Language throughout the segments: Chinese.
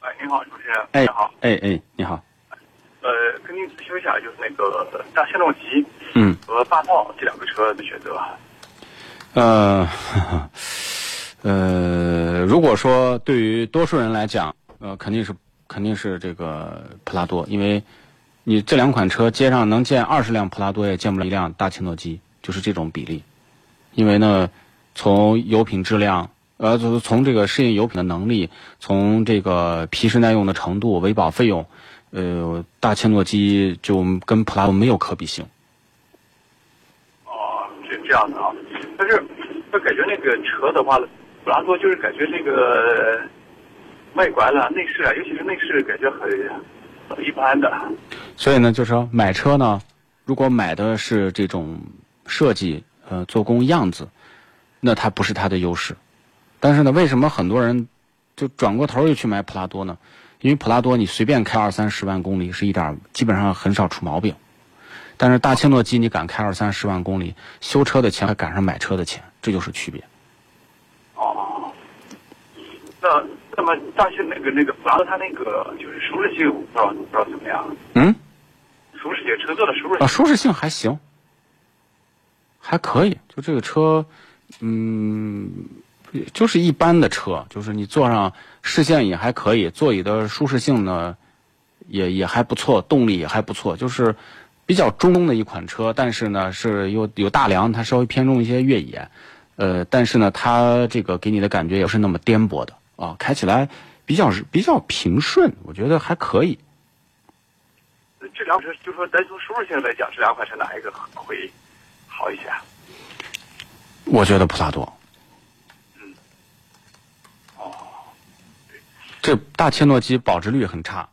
哎，您好，主持人。哎你好。哎哎，你好。呃，跟您咨询一下，就是那个呃大现动机嗯，和霸道这两个车的选择。呃，呃，如果说对于多数人来讲，呃，肯定是肯定是这个普拉多，因为你这两款车街上能见二十辆普拉多，也见不了一辆大切诺基，就是这种比例。因为呢，从油品质量，呃，从从这个适应油品的能力，从这个皮实耐用的程度、维保费用，呃，大切诺基就跟普拉多没有可比性。哦，这这样的啊。但是，我感觉那个车的话，普拉多就是感觉那个呃外观了、内饰啊，尤其是内饰，感觉很很一般的。所以呢，就是说买车呢，如果买的是这种设计、呃做工样子，那它不是它的优势。但是呢，为什么很多人就转过头又去买普拉多呢？因为普拉多你随便开二三十万公里是一点儿基本上很少出毛病，但是大切诺基你敢开二三十万公里，修车的钱还赶上买车的钱，这就是区别。哦。那那么大现那个那个普拉多，它那个就是舒适性，我不知道不知道怎么样。嗯，舒适性，乘坐的舒适啊，性。舒适性还行，还可以。就这个车，嗯，就是一般的车，就是你坐上视线也还可以，座椅的舒适性呢也也还不错，动力也还不错，就是比较中庸的一款车。但是呢，是有有大梁，它稍微偏重一些越野，呃，但是呢，它这个给你的感觉也不是那么颠簸的啊，开起来比较比较平顺，我觉得还可以。这两款车，就说单从舒适性来讲，这两款车哪一个会好一些？我觉得普萨多。这大切诺基保值率很差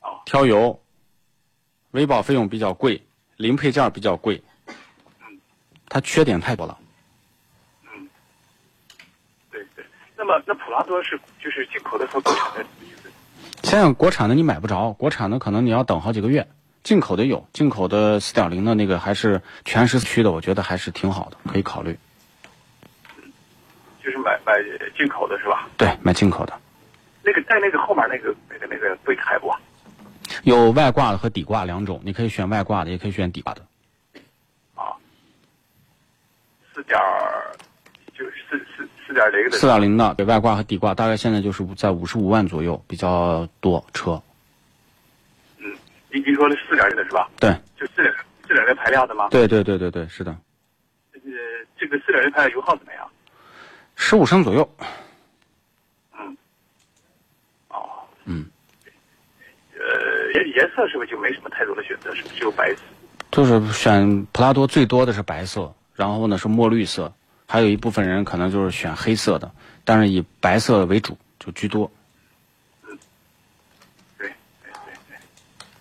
哦，挑油，维保费用比较贵，零配件比较贵，它缺点太多了。对对。那么，那普拉多是就是进口的和国产的，现在国产的你买不着，国产的可能你要等好几个月。进口的有，进口的四点零的那个还是全时驱的，我觉得还是挺好的，可以考虑。就是买买进口的是吧？对，买进口的，那个带那个后面那个那个那个会开不？有外挂的和底挂两种，你可以选外挂的，也可以选底挂的。啊，四点儿就是四四四点零的四点零的对外挂和底挂，大概现在就是在五十五万左右，比较多车。您您说的四点零的是吧？对，就四点四点零排量的吗？对对对对对，是的，呃，这个四点零排量油耗怎么样？十五升左右。哦，嗯，呃，颜颜色是不是就没什么太多的选择？是不是只有白色？就是选普拉多最多的是白色，然后呢是墨绿色，还有一部分人可能就是选黑色的，但是以白色为主就居多。对对对对，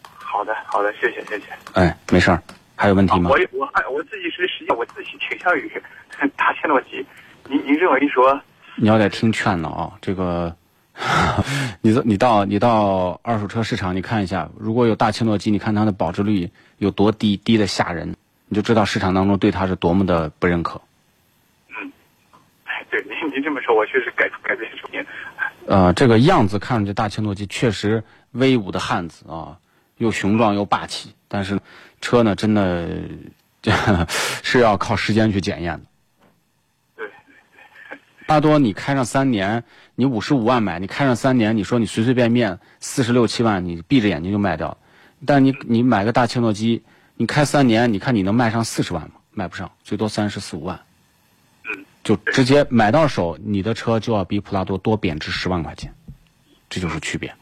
好的好的，谢谢谢谢。哎，没事儿，还有问题吗我？也我还我自己是实际上我自己倾向于大切诺基。您您这么一说，你要得听劝了啊，这个。 你到你到你到二手车市场，你看一下，如果有大切诺基，你看它的保值率有多低，低的吓人，你就知道市场当中对它是多么的不认可。哎，对您您这么说，我确实改改变主意。呃，这个样子看上去大切诺基确实威武的汉子啊，又雄壮又霸气，但是车呢，真的 是要靠时间去检验的。对，大多你开上三年，你五十五万买，你开上三年，你说你随随便便四十六七万，你闭着眼睛就卖掉了。但你你买个大切诺基，你开三年，你看你能卖上四十万吗？卖不上，最多三十四五万。就直接买到手，你的车就要比普拉多多贬值十万块钱，这就是区别。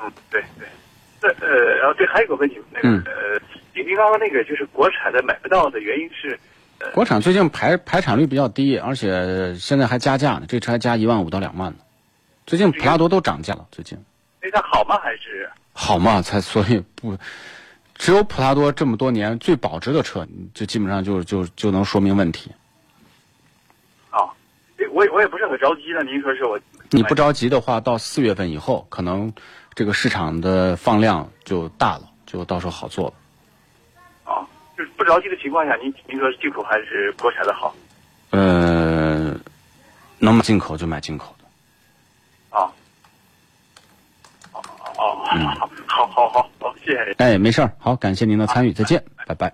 嗯，对对。那呃，然后对，还有一个问题，那个、嗯呃，您您刚刚那个就是国产的买不到的原因是，国产最近排排产率比较低，而且现在还加价呢，这车还加一万五到两万呢，最近普拉多都涨价了，最近那它好吗？还是好嘛，才所以不，只有普拉多这么多年最保值的车，就基本上就就就能说明问题。啊？对我也我也不是很着急呢。您说是我你不着急的话，到四月份以后，可能这个市场的放量就大了，就到时候好做了。啊，就是不着急的情况下，您您说进口还是国产的好呃，能买进口就买进口的。啊？哦哦，好好好好，谢谢。哎，没事儿，好，感谢您的参与，再见，拜拜。